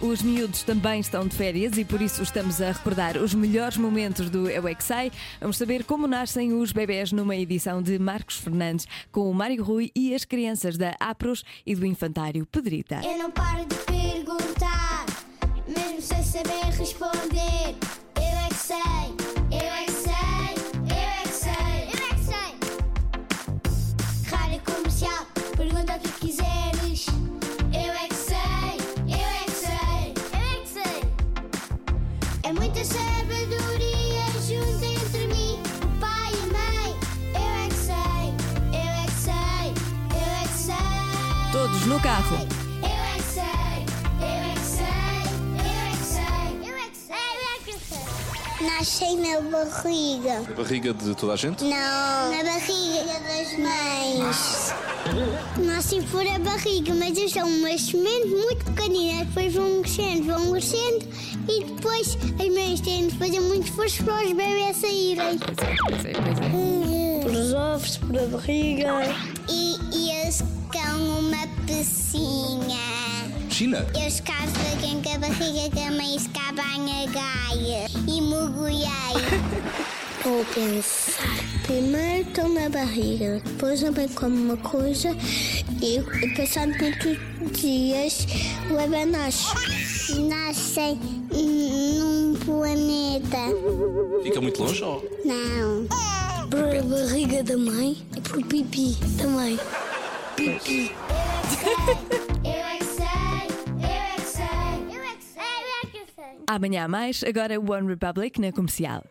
os miúdos também estão de férias e por isso estamos a recordar os melhores momentos do Eu é que Sei. Vamos saber como nascem os bebés numa edição de Marcos Fernandes com o Mário Rui e as crianças da APROS e do Infantário Pedrita. Eu não paro de perguntar, mesmo sem saber responder. Eu é que sei, eu é que sei, eu é que sei, eu é que sei. Rádio comercial, pergunta o que quiseres. Eu é que sei, eu é que sei, eu é que sei. É muita sabedoria junto entre mim, o pai e a mãe. Eu é que sei, eu é que sei, eu é que sei. Todos no carro. Eu é que sei, eu é que sei, eu é que sei, eu é que sei, eu é que sei. Nascei na barriga. A barriga de toda a gente? Não. Na barriga das mães. Nasci por a barriga, mas eu sou uma semente muito pequenina. Depois vão crescendo, vão crescendo e depois as mães têm de fazer muito esforço para os bebês saírem. Pois é, pois é, pois é. Os ovos por a barriga. E, e eles cão uma pecinha. China? Eu escavo quem com a barriga também escava a minha gaia e mergulhei. Vou pensar. Primeiro estou na barriga, depois eu bem como uma coisa e, e passando muitos dias o bebê nasce. Nascem num planeta. Fica muito longe ou? Não. Por a barriga da mãe e por pipi da mãe. Pipi. Eu é que sei, eu é que sei, eu é que sei, eu é que sei. Amanhã há mais, agora One Republic na comercial.